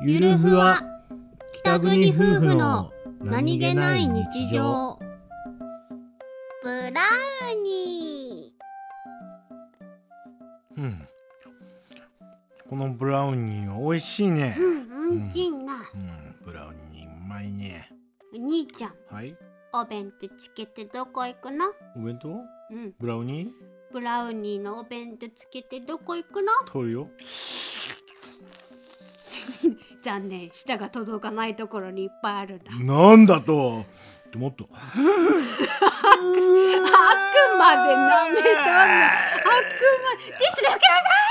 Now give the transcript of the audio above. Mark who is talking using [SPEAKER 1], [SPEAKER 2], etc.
[SPEAKER 1] ゆるふわ北国夫婦の何気ない日常
[SPEAKER 2] ブラウニ
[SPEAKER 1] うんこのブラウニーは美味しいね
[SPEAKER 2] ーうんうんちんな、
[SPEAKER 1] うんブラウニーうまいね
[SPEAKER 2] お兄ちゃん
[SPEAKER 1] はい
[SPEAKER 2] お弁当つけてどこ行くの
[SPEAKER 1] お弁当
[SPEAKER 2] うん
[SPEAKER 1] ブラウニー
[SPEAKER 2] ブラウニーのお弁当つけてどこ行くの
[SPEAKER 1] 取るよ
[SPEAKER 2] 残念舌が届かないところにいっぱいあるんだ
[SPEAKER 1] なんだともっと あく
[SPEAKER 2] あくまで舐めたんだあくまでティッシュで拭きなさい